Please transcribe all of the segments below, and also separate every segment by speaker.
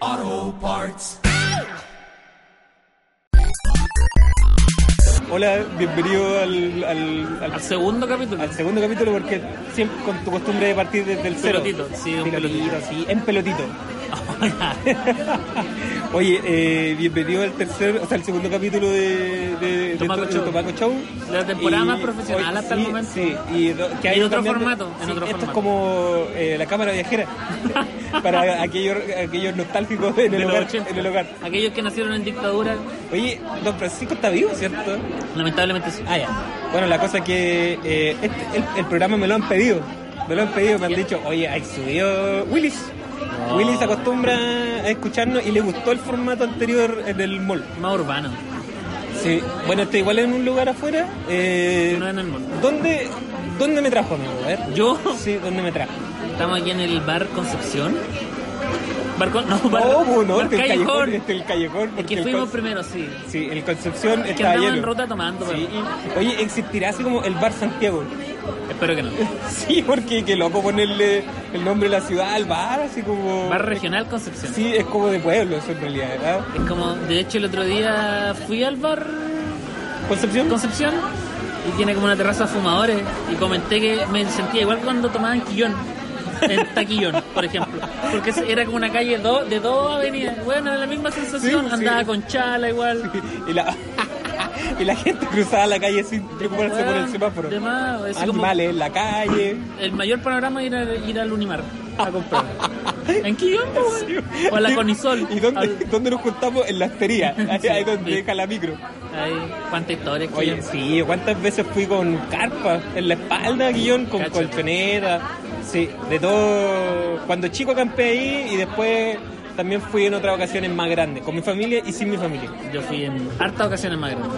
Speaker 1: Auto parts.
Speaker 2: Hola, bienvenido al, al, al-
Speaker 3: Al segundo capítulo.
Speaker 2: al segundo capítulo porque siempre con tu costumbre de partir desde el cero.
Speaker 3: Pelotito, sí, un
Speaker 2: Pelotito,
Speaker 3: pelotito.
Speaker 2: sí, en pelotito. Oye, eh, bienvenido al tercer, o sea, al segundo capítulo de, de,
Speaker 3: Tomaco
Speaker 2: de to-
Speaker 3: Show.
Speaker 2: de Tomaco Show.
Speaker 3: La temporada más profesional hasta el
Speaker 2: sí,
Speaker 3: momento.
Speaker 2: Sí, y do- que ha
Speaker 3: En
Speaker 2: ido
Speaker 3: otro
Speaker 2: cambiando.
Speaker 3: formato, en
Speaker 2: Sí,
Speaker 3: otro
Speaker 2: esto
Speaker 3: formato.
Speaker 2: es como eh, la cámara viajera para aquellos, aquellos nostálgicos en
Speaker 3: de
Speaker 2: el,
Speaker 3: los
Speaker 2: hogar,
Speaker 3: 80.
Speaker 2: en el hogar.
Speaker 3: Aquellos que nacieron en dictadura,
Speaker 2: Oye, don Francisco está vivo, ¿cierto?
Speaker 3: lamentablemente sí.
Speaker 2: Ah, ya. Bueno, la cosa es que eh, este- el, el programa me lo han pedido. Me lo han pedido, me han dicho, oye, hay subido Willis.
Speaker 3: Ah.
Speaker 2: Willis acostumbra a escucharnos y le gustó el formato anterior en el mall.
Speaker 3: Más urbano.
Speaker 2: Sí. Bueno, estoy igual en un lugar afuera. eh,
Speaker 3: No en el mall.
Speaker 2: ¿dónde, ¿Dónde me trajo, amigo? A ver.
Speaker 3: Yo,
Speaker 2: Sí, ¿dónde me trajo?
Speaker 3: estamos aquí en el bar Concepción. Bar Con- no, bar,
Speaker 2: No, pues, no,
Speaker 3: bar
Speaker 2: este es el callejón.
Speaker 3: Callejón.
Speaker 2: Este es el callejón.
Speaker 3: Es
Speaker 2: porque
Speaker 3: que
Speaker 2: el
Speaker 3: fuimos
Speaker 2: Conce-
Speaker 3: primero, sí.
Speaker 2: Sí, el Concepción
Speaker 3: Es que
Speaker 2: está
Speaker 3: andamos
Speaker 2: lleno.
Speaker 3: en ruta tomando,
Speaker 2: Sí,
Speaker 3: pero
Speaker 2: y- Oye, ¿existirá así como el Bar Santiago?
Speaker 3: espero que no.
Speaker 2: Sí, porque qué loco ponerle el nombre de la ciudad al bar, así como...
Speaker 3: Bar Regional Concepción.
Speaker 2: Sí, es como de pueblo eso en realidad, ¿verdad?
Speaker 3: Es como, de hecho, el otro día fui al bar
Speaker 2: ¿Concepción?
Speaker 3: Concepción y tiene como una terraza de fumadores. Y comenté que me sentía igual que cuando tomaba en Quillón, en Taquillón, por ejemplo. Porque es- era como una calle do- de dos avenidas. Bueno, era la misma sensación,
Speaker 2: Sí, sí.
Speaker 3: andaba con chala igual.
Speaker 2: y, la... y la gente cruzaba la calle sin preocuparse por el
Speaker 3: Weón,
Speaker 2: semáforo.
Speaker 3: de más, es como-
Speaker 2: Animales en la calle.
Speaker 3: El mayor panorama era ir, al Unimar a comprar. En Quillón, po, weón. o a la Conisol.
Speaker 2: ¿Y dónde,
Speaker 3: Al-
Speaker 2: dónde nos juntamos? En la hostería, ahí,
Speaker 3: Sí,
Speaker 2: ahí donde
Speaker 3: sí.
Speaker 2: deja la micro.
Speaker 3: Ay, cuánta historia,
Speaker 2: Oye,
Speaker 3: Quillón.
Speaker 2: sí, ¿cuántas veces fui con carpa en la espalda, guión, con
Speaker 3: Cacha.
Speaker 2: colchoneta? Sí, de todo. Cuando chico campé ahí y después también fui en otras ocasiones más grandes, con mi familia y sin mi familia.
Speaker 3: Yo fui en hartas ocasiones más grandes.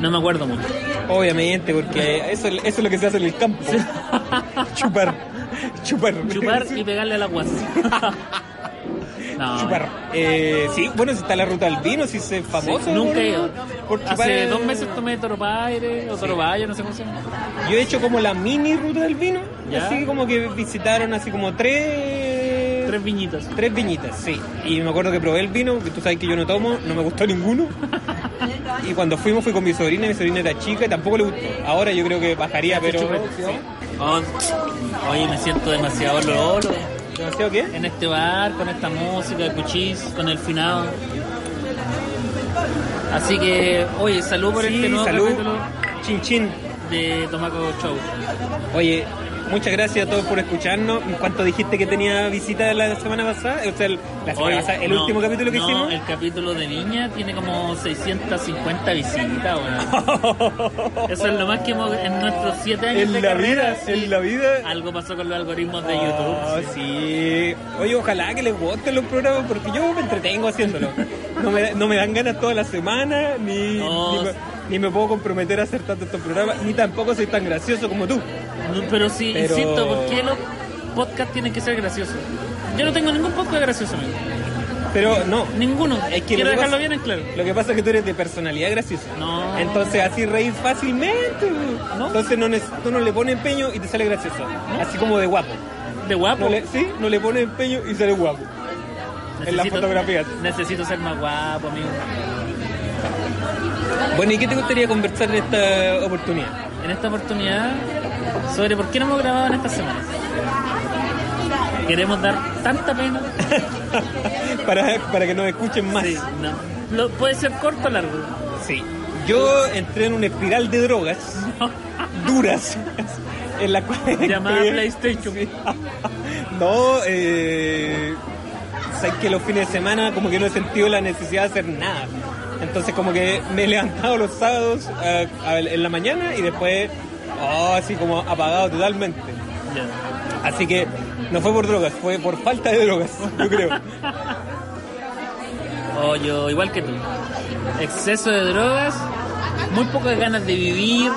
Speaker 3: No me acuerdo mucho.
Speaker 2: Obviamente, porque eso, eso es lo que se hace en el campo. Chupar. Chupar.
Speaker 3: Chupar
Speaker 2: Sí,
Speaker 3: y pegarle a la guasa. No,
Speaker 2: Chupar. Eh, sí, bueno, si está la ruta del vino, si es famoso.
Speaker 3: Sí, nunca he ido.
Speaker 2: Por chupar eh,
Speaker 3: Hace
Speaker 2: el-
Speaker 3: dos meses tomé Toro Paire o Toro Valle, no sé cómo se llama.
Speaker 2: Yo he hecho como la mini ruta del vino,
Speaker 3: Ya.
Speaker 2: así como que visitaron así como tres...
Speaker 3: Tres viñitas.
Speaker 2: Tres viñitas, sí. Y me acuerdo que probé el vino, que tú sabes que yo no tomo, no me gustó ninguno. y cuando fuimos fui con mi sobrina, mi sobrina era chica y tampoco le gustó. Ahora yo creo que bajaría, pero...
Speaker 3: chupete, Oh, oye, me siento demasiado lolo
Speaker 2: ¿Demasiado qué?
Speaker 3: en este bar, con esta música, el cuchis, con el finado. Así que, oye, salud por
Speaker 2: Sí,
Speaker 3: este nuevo
Speaker 2: salud.
Speaker 3: capítulo
Speaker 2: Chin chin.
Speaker 3: de Tomaco Show.
Speaker 2: Oye, muchas gracias a todos por escucharnos. En cuanto dijiste que tenía visita la semana pasada, o sea, el, la semana
Speaker 3: Oye,
Speaker 2: pasada, el
Speaker 3: no,
Speaker 2: último capítulo que
Speaker 3: no,
Speaker 2: hicimos...
Speaker 3: El capítulo de Viña tiene como 650 visitas, weón. Eso es lo más que hemos en nuestros 7 años de carrera, sí.
Speaker 2: vida
Speaker 3: Algo pasó con los algoritmos de
Speaker 2: Ah,
Speaker 3: YouTube.
Speaker 2: sí. Oye, ojalá que les gusten los programas porque yo me entretengo haciéndolo. No me, no me dan ganas toda la semana, ni,
Speaker 3: No.
Speaker 2: ni, me, ni me puedo comprometer a hacer tanto estos programas, ni tampoco soy tan gracioso como tú.
Speaker 3: No, pero sí,
Speaker 2: Pero-
Speaker 3: insisto, ¿por qué los podcasts tienen que ser graciosos? Yo no tengo ningún podcast gracioso, amigo.
Speaker 2: Pero no,
Speaker 3: Ninguno.
Speaker 2: Es que
Speaker 3: Quiero
Speaker 2: lo que
Speaker 3: dejarlo
Speaker 2: pasa-
Speaker 3: bien en claro.
Speaker 2: lo que pasa es que tú eres de personalidad graciosa.
Speaker 3: No.
Speaker 2: Entonces así reís fácilmente.
Speaker 3: No.
Speaker 2: Entonces no, neces- tú no le pones empeño y te sale gracioso. Así como de guapo.
Speaker 3: De guapo.
Speaker 2: No le, sí, no le pones empeño y sale guapo. en las fotografías.
Speaker 3: Necesito ser más guapo, amigo.
Speaker 2: Bueno, ¿y qué te gustaría conversar en esta oportunidad?
Speaker 3: En esta oportunidad, sobre por qué no hemos grabado en esta semana. Queremos dar tanta pena.
Speaker 2: Para, para que nos escuchen más.
Speaker 3: Sí, no. Lo- puede ser corto o largo.
Speaker 2: Sí. Yo entré en una espiral de drogas duras en la cual
Speaker 3: Llamada
Speaker 2: entré-
Speaker 3: PlayStation.
Speaker 2: Sí. No, eh, sabes que los fines de semana como que no he sentido la necesidad de hacer nada. Entonces como que me he levantado los sábados eh, a- en la mañana y después oh, así como apagado totalmente.
Speaker 3: Ya.
Speaker 2: Así que no fue por drogas, fue por falta de drogas, yo creo.
Speaker 3: O yo, igual que tú. exceso de drogas, muy pocas ganas de vivir,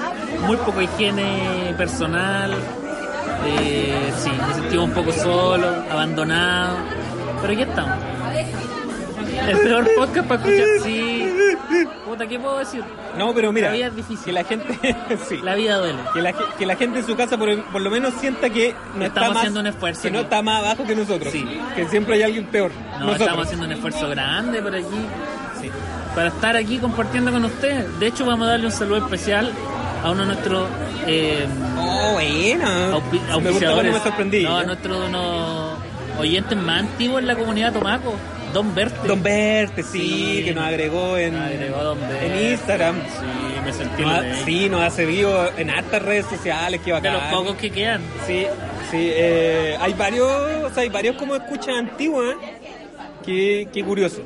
Speaker 3: muy poca higiene personal. Eh, sí, me sentimos un poco solo, abandonado. Pero ya estamos. El peor podcast para escuchar, sí. Puta, ¿qué puedo decir?
Speaker 2: No, pero mira,
Speaker 3: La vida es difícil.
Speaker 2: que la gente, sí,
Speaker 3: La vida duele.
Speaker 2: que, la, ge- que la gente en su casa por, por lo menos sienta que no
Speaker 3: Estamos
Speaker 2: está más,
Speaker 3: haciendo un esfuerzo
Speaker 2: que no
Speaker 3: aquí.
Speaker 2: está más abajo que nosotros,
Speaker 3: Sí.
Speaker 2: que siempre hay alguien peor.
Speaker 3: No,
Speaker 2: nosotros.
Speaker 3: estamos haciendo un esfuerzo grande por aquí,
Speaker 2: Sí.
Speaker 3: para estar aquí compartiendo con ustedes. De hecho, vamos a darle un saludo especial a uno de nuestros eh,
Speaker 2: Oh, bueno.
Speaker 3: aupi-
Speaker 2: Me gustó cómo
Speaker 3: auspiciadores.
Speaker 2: me sorprendí.
Speaker 3: no,
Speaker 2: ¿eh?
Speaker 3: nuestro de unos oyentes más antiguos en la comunidad Tomaco, Don Verte.
Speaker 2: Don Berte, sí,
Speaker 3: Sí.
Speaker 2: que nos agregó en,
Speaker 3: Nos agregó Don Berte.
Speaker 2: en Instagram.
Speaker 3: Sí, me sentí
Speaker 2: Nos ha-
Speaker 3: rey.
Speaker 2: sí, nos ha seguido en hartas redes sociales, qué
Speaker 3: De
Speaker 2: bacán.
Speaker 3: los pocos que quedan.
Speaker 2: Sí, sí, eh, hay varios, o sea, hay varios como escuchas antiguas, qué, qué curioso.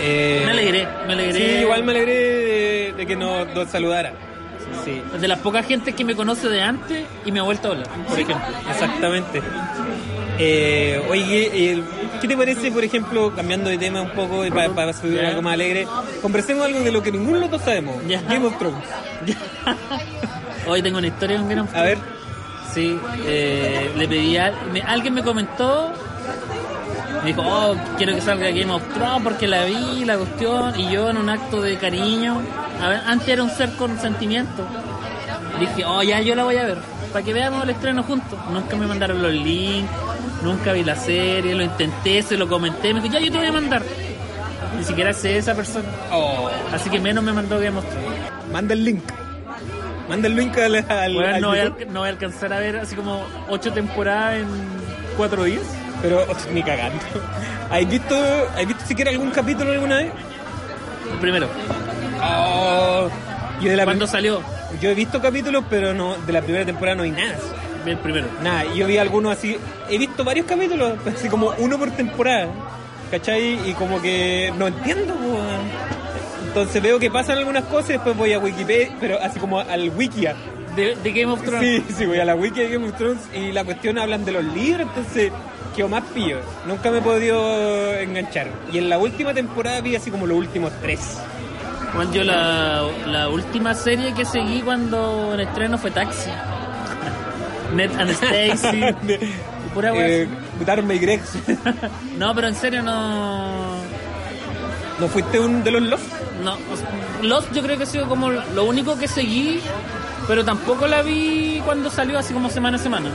Speaker 2: Eh,
Speaker 3: Me alegré, me alegré.
Speaker 2: Sí, igual me alegré de, de que nos, nos saludara. Sí,
Speaker 3: De las pocas gente que me conoce de antes y me ha vuelto a hablar, por ejemplo.
Speaker 2: exactamente. Eh, oye, eh, ¿qué te parece, por ejemplo, cambiando de tema un poco y para subir
Speaker 3: Ya.
Speaker 2: algo más alegre? Conversemos algo de lo que ninguno de los dos sabemos.
Speaker 3: Ya.
Speaker 2: Game of Thrones.
Speaker 3: Hoy tengo una historia con Gran
Speaker 2: A ver,
Speaker 3: Sí, eh, le pedí a, me- alguien me comentó, me dijo, oh, quiero que salga Game of Thrones porque la vi, la cuestión, y yo en un acto de cariño, a ver, antes era un ser con sentimiento, dije, oh, ya yo la voy a ver, para que veamos el estreno juntos. Nunca me mandaron los links, nunca vi la serie, lo intenté, se lo comenté, me dijo, ya yo te voy a mandar. Ni siquiera sé esa persona,
Speaker 2: oh,
Speaker 3: así que menos me mandó Game of Thrones.
Speaker 2: manda el link. Manda el link al... al-
Speaker 3: Bueno,
Speaker 2: al
Speaker 3: no voy, a,
Speaker 2: YouTube.
Speaker 3: no voy a alcanzar a ver así como ocho temporadas en cuatro días.
Speaker 2: Pero o sea, ni cagando. ¿Has visto, ¿Has visto siquiera algún capítulo alguna vez?
Speaker 3: El primero.
Speaker 2: Oh, yo, de la
Speaker 3: ¿Cuándo
Speaker 2: prim-
Speaker 3: salió?
Speaker 2: yo he visto capítulos, pero no de la primera temporada no hay nada.
Speaker 3: Vi el primero.
Speaker 2: Nada, yo vi algunos así. He visto varios capítulos, así como uno por temporada. ¿Cachai? Y como que no entiendo. po, weón. Entonces veo que pasan algunas cosas y después voy a Wikipedia, pero así como al Wikia.
Speaker 3: De, de Game of Thrones.
Speaker 2: Sí, sí, voy a la wiki de Game of Thrones y la cuestión hablan de los libros, entonces quedó más pillo. Nunca me he podido enganchar. Y en la última temporada vi así como los últimos tres.
Speaker 3: Bueno, yo la, la última serie que seguí cuando en estreno fue Taxi. Ned and Stacy. y pura wea
Speaker 2: Eh,
Speaker 3: así.
Speaker 2: Dharma y Greg,
Speaker 3: No, pero en serio no.
Speaker 2: ¿no fuiste un de los Lost?
Speaker 3: No, o sea, Lost yo creo que ha sido como lo único que seguí, pero tampoco la vi cuando salió así como semana a semana.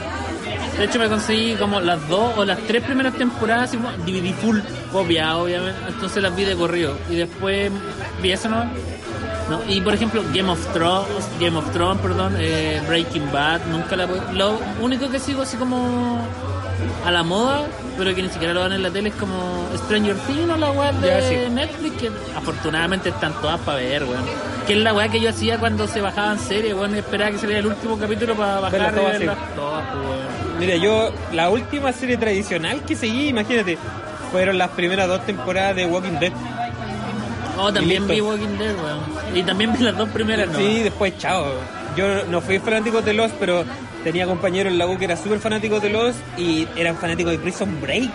Speaker 3: De hecho me conseguí como las dos o las tres primeras temporadas así como DVD full, copia obviamente, entonces las vi de corrido y después vi eso no. ¿No? Y por ejemplo Game of Thrones, Game of Thrones, perdón, eh, Breaking Bad, nunca la pu- lo único que sigo así como a la moda, pero que ni siquiera lo dan en la tele es como Stranger Things o la web de
Speaker 2: Ya, sí.
Speaker 3: Netflix que afortunadamente están todas para ver, weón. Que es la weá que yo hacía cuando se bajaban series, weón. Esperaba que saliera el último capítulo para bajar
Speaker 2: Verlas todas,
Speaker 3: y verlas todas, pues, weón.
Speaker 2: Mira, yo la última serie tradicional que seguí, imagínate, fueron las primeras dos temporadas de Walking Dead.
Speaker 3: Oh, también
Speaker 2: listo.
Speaker 3: vi Walking Dead, weón. Y también vi las dos primeras, ¿no?
Speaker 2: Sí, después chao. Yo no fui fanático de Lost, pero tenía compañeros en la U que eran súper fanáticos de Lost y eran fanáticos de Prison Break.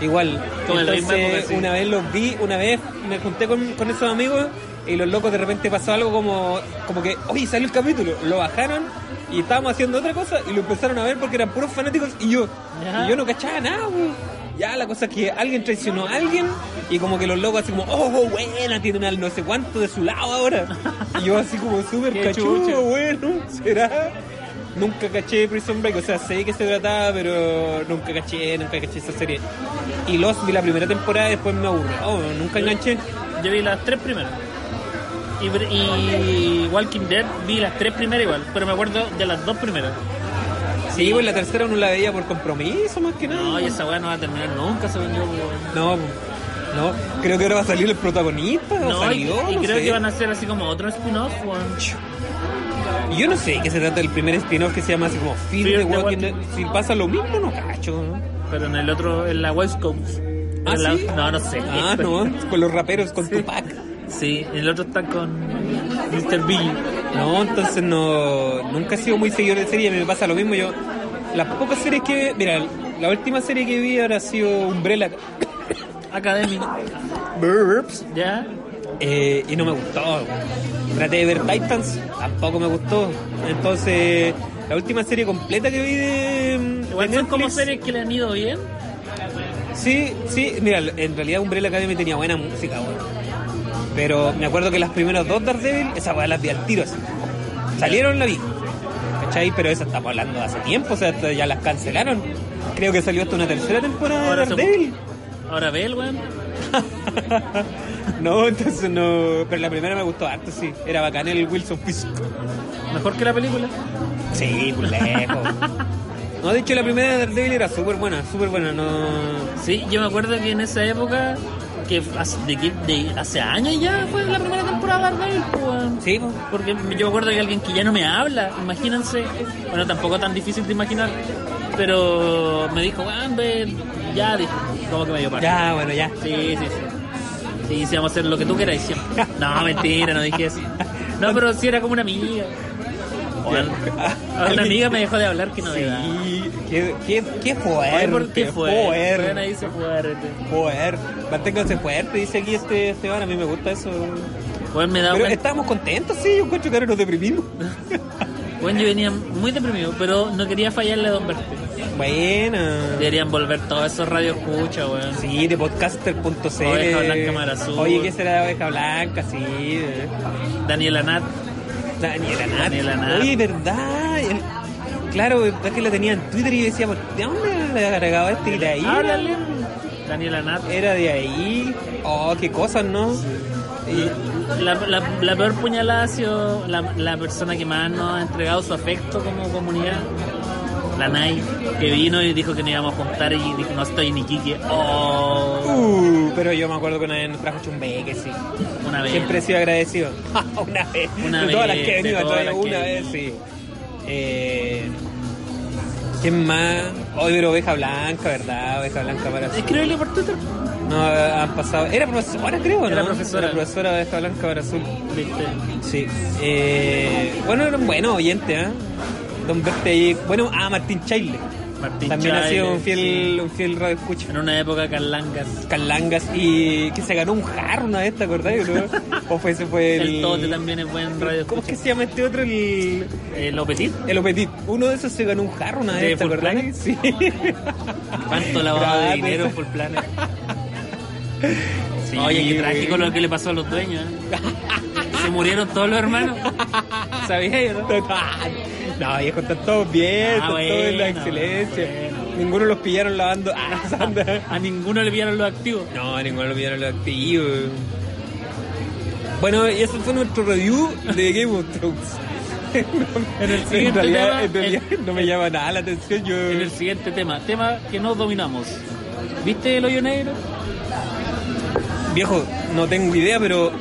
Speaker 2: Igual.
Speaker 3: Como en la misma
Speaker 2: Entonces,
Speaker 3: época, sí.
Speaker 2: una vez los vi, una vez me junté con, con esos amigos y los locos de repente pasó algo como, como que, oye, salió el capítulo. Lo bajaron y estábamos haciendo otra cosa y lo empezaron a ver porque eran puros fanáticos y yo,
Speaker 3: Ya.
Speaker 2: y yo no cachaba nada, güey. Ya, la cosa es que alguien traicionó a alguien y como que los locos así como, oh, buena, tiene una no sé cuánto de su lado ahora. Y yo así como súper
Speaker 3: Qué chucha.
Speaker 2: cachucho, bueno, ¿será? Nunca caché Prison Break, o sea, sé que se trataba, pero nunca caché, nunca caché esa serie. Y Lost vi la primera temporada, después me aburrió, oh, nunca enganché.
Speaker 3: Yo vi las tres primeras. Y, br- y Walking Dead vi las tres primeras igual, pero me acuerdo de las dos primeras.
Speaker 2: Sí, pues la tercera uno la veía por compromiso más que nada.
Speaker 3: No, y esa weá no va a terminar nunca, según yo, weón.
Speaker 2: No, no, creo que ahora va a salir el protagonista, o
Speaker 3: No, y,
Speaker 2: salió,
Speaker 3: y
Speaker 2: no
Speaker 3: creo
Speaker 2: sé.
Speaker 3: que van a hacer así como otro spin-off, weón.
Speaker 2: Yo no sé de qué se trata el primer spin-off que se llama así como Fear,
Speaker 3: Fear
Speaker 2: the
Speaker 3: the
Speaker 2: Walking
Speaker 3: Walking
Speaker 2: Dead. Si pasa lo mismo, no cacho. ¿no?
Speaker 3: Pero en el otro, en la West Coast.
Speaker 2: ¿Ah,
Speaker 3: En la-
Speaker 2: sí?
Speaker 3: No, no sé.
Speaker 2: Ah, no, con los raperos, con Tupac.
Speaker 3: Sí, en el otro está con Mr. Bill.
Speaker 2: No, entonces no. Nunca he sido muy seguidor de series, me pasa lo mismo. Yo, las pocas series que. Mira, la última serie que vi ahora ha sido Umbrella
Speaker 3: Academy.
Speaker 2: Burps.
Speaker 3: ¿Ya?
Speaker 2: Eh, y no me gustó. Traté de ver Titans, tampoco me gustó. Entonces, la última serie completa que vi de. de
Speaker 3: Igual son como
Speaker 2: Netflix-
Speaker 3: series que le han ido bien.
Speaker 2: Sí, sí, mira, en realidad Umbrella Academy tenía buena música, weón. Pero me acuerdo que las primeras dos Daredevil, esa weá las vi al tiro así. Salieron, la vi. ¿Cachai? Pero esa estamos hablando de hace tiempo, o sea, hasta ya las cancelaron. Creo que salió hasta una tercera temporada de
Speaker 3: Ahora se-
Speaker 2: Daredevil.
Speaker 3: Ahora ve el weón.
Speaker 2: no, entonces no. Pero la primera me gustó harto, sí. Era bacán el Wilson Fisk.
Speaker 3: Mejor que la película.
Speaker 2: Sí, por lejos. No, de hecho, la primera de Daredevil era súper buena, súper buena. No.
Speaker 3: Sí, yo me acuerdo que en esa época, que hace, de, que- de hace años ya fue la primera temporada de Daredevil, pues, weón.
Speaker 2: Sí, po.
Speaker 3: Porque yo me acuerdo que alguien que ya no me habla, imagínense, bueno, tampoco tan difícil de imaginar, pero me dijo, weón, ve, ya, dije, como que me dio parte.
Speaker 2: ya, bueno, ya.
Speaker 3: Sí, sí, sí. Sí, sí, vamos a hacer lo que tú quieras siempre. No, mentira, no dije eso. No, pero sí era como una amiga. Bueno, a una amiga me dejó de hablar, que no
Speaker 2: Sí, qué, qué, qué
Speaker 3: Oye,
Speaker 2: fuerte.
Speaker 3: ¿por qué fue? Bueno,
Speaker 2: Fuerte.
Speaker 3: ahí se fuerte.
Speaker 2: Fuerte. Manténganse fuerte, dice aquí este Esteban. A mí me gusta eso.
Speaker 3: Bueno, me da
Speaker 2: Pero
Speaker 3: cuenta-
Speaker 2: estábamos contentos, sí. Yo encuentro que ahora nos deprimimos.
Speaker 3: Bueno, yo venía muy deprimido, pero no quería fallarle a Don Berto.
Speaker 2: Buena.
Speaker 3: Deberían volver todos esos radio escucha, weón.
Speaker 2: Sí, de podcaster.cl.
Speaker 3: Oveja Blanca, Mar Azul.
Speaker 2: Oye, ¿qué será de Oveja Blanca? Sí. eh.
Speaker 3: Daniela Nat.
Speaker 2: Daniela Nat.
Speaker 3: Daniela Nat.
Speaker 2: Oye, ¿verdad? El- Claro, es que la tenía en Twitter y yo decía, ¿por- ¿de dónde le agregaba este? Y de ahí. era-
Speaker 3: Háblale. Daniela Nat.
Speaker 2: Era de ahí. Oh, qué cosas, ¿no? Y-
Speaker 3: La, la, la peor puñalada ha sido la, la persona que más nos ha entregado su afecto como comunidad. La Nay, que vino y dijo que no íbamos a juntar y dijo, no estoy ni Quique. Oh,
Speaker 2: Uh, pero yo me acuerdo que una vez nos trajo chumbeque, sí.
Speaker 3: una vez.
Speaker 2: Siempre he sido agradecido. una vez.
Speaker 3: Una
Speaker 2: de
Speaker 3: vez,
Speaker 2: todas las que he
Speaker 3: de
Speaker 2: venido,
Speaker 3: todas
Speaker 2: traído
Speaker 3: las que
Speaker 2: una
Speaker 3: he
Speaker 2: vez,
Speaker 3: venido.
Speaker 2: sí. Eh, ¿Quién más? Hoy pero oveja blanca, ¿verdad? Oveja blanca para Azul.
Speaker 3: Escríbele por Twitter.
Speaker 2: No, han pasado. Era profesora, creo, ¿no?
Speaker 3: Era profesora.
Speaker 2: Era profesora de oveja blanca para azul.
Speaker 3: Viste.
Speaker 2: Sí. Eh, bueno, era un buen oyente, ¿eh? Don Verte ahí. Bueno, ah, Martín Chaile.
Speaker 3: Martín
Speaker 2: También ha sido
Speaker 3: Chávez,
Speaker 2: un fiel, un fiel radio escucha.
Speaker 3: En una época Carlangas.
Speaker 2: Calangas y que se ganó un jarro una vez, ¿te acordás? ¿no? ¿O fue ese fue el...
Speaker 3: El, Tote también es buen radio.
Speaker 2: ¿Cómo es que se llama este otro? El,
Speaker 3: Eh, ¿Lo petit?
Speaker 2: el Opetit. Uno de esos se ganó un jarro una
Speaker 3: ¿De
Speaker 2: vez, ¿te
Speaker 3: Full
Speaker 2: acordás?
Speaker 3: Planet?
Speaker 2: Sí.
Speaker 3: ¿Cuánto lavado de
Speaker 2: Grande.
Speaker 3: dinero por planes?
Speaker 2: Sí,
Speaker 3: Oye, qué
Speaker 2: güey.
Speaker 3: trágico lo que le pasó a los dueños. ¿eh? Se murieron todos los hermanos. ¿Sabías yo, no?
Speaker 2: Total. No, viejo, están todos bien, están
Speaker 3: Ah, bueno,
Speaker 2: todos en la excelencia.
Speaker 3: bueno.
Speaker 2: Ninguno los pillaron lavando. Ah, anda.
Speaker 3: A ninguno le pillaron los activos.
Speaker 2: No, ninguno lo pillaron los activos. Bueno, y eso fue nuestro review de Game of Thrones.
Speaker 3: En el siguiente
Speaker 2: en realidad,
Speaker 3: tema,
Speaker 2: en realidad
Speaker 3: el-
Speaker 2: no me llama nada la atención. Yo...
Speaker 3: En el siguiente tema, tema que no dominamos. ¿Viste el hoyo negro?
Speaker 2: Viejo, no tengo idea, pero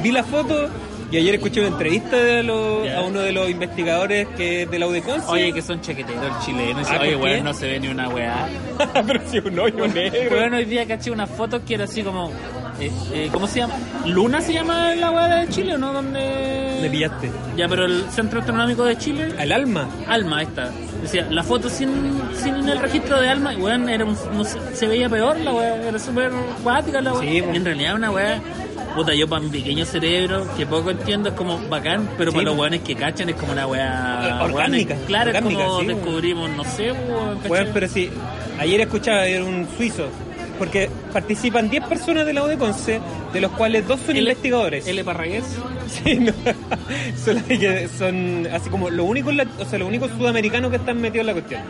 Speaker 2: vi la foto y ayer escuché una entrevista de los-
Speaker 3: Ya.
Speaker 2: a uno de los investigadores que es de la UDECONCE.
Speaker 3: Oye, que son chaqueteros el chileno.
Speaker 2: Ah,
Speaker 3: Oye,
Speaker 2: ¿por qué?
Speaker 3: weón, no se ve ni una weá.
Speaker 2: pero si un hoyo negro.
Speaker 3: Bueno, hoy día caché una foto que era así como. eh, eh, ¿Cómo se llama? ¿Luna se llama la weá de Chile o no?
Speaker 2: Me
Speaker 3: Donde...
Speaker 2: pillaste.
Speaker 3: Ya, pero el Centro Astronómico de Chile.
Speaker 2: Al alma.
Speaker 3: Alma, esta. Decía, la foto sin, sin el registro de alma, y, weón, era un- no sé, se veía peor la weá, era súper cuática la weá.
Speaker 2: Sí, po.
Speaker 3: en realidad una weá, puta, yo para mi pequeño cerebro, que poco entiendo, es como bacán, pero
Speaker 2: Sí,
Speaker 3: para los
Speaker 2: po.
Speaker 3: weones que cachan es como una
Speaker 2: Eh,
Speaker 3: weá...
Speaker 2: orgánica,
Speaker 3: weón, claro,
Speaker 2: orgánica,
Speaker 3: es como
Speaker 2: sí, po.
Speaker 3: descubrimos, no sé, weón, ¿cachai?
Speaker 2: Bueno, pero sí, ayer escuchaba era un suizo. Porque participan 10 personas de la UDECONCE, de los cuales dos son
Speaker 3: L-
Speaker 2: investigadores.
Speaker 3: L. Parragués,
Speaker 2: Sí, no. Solo que son así como los únicos, lat- o sea, los únicos sudamericanos que están metidos en la cuestión.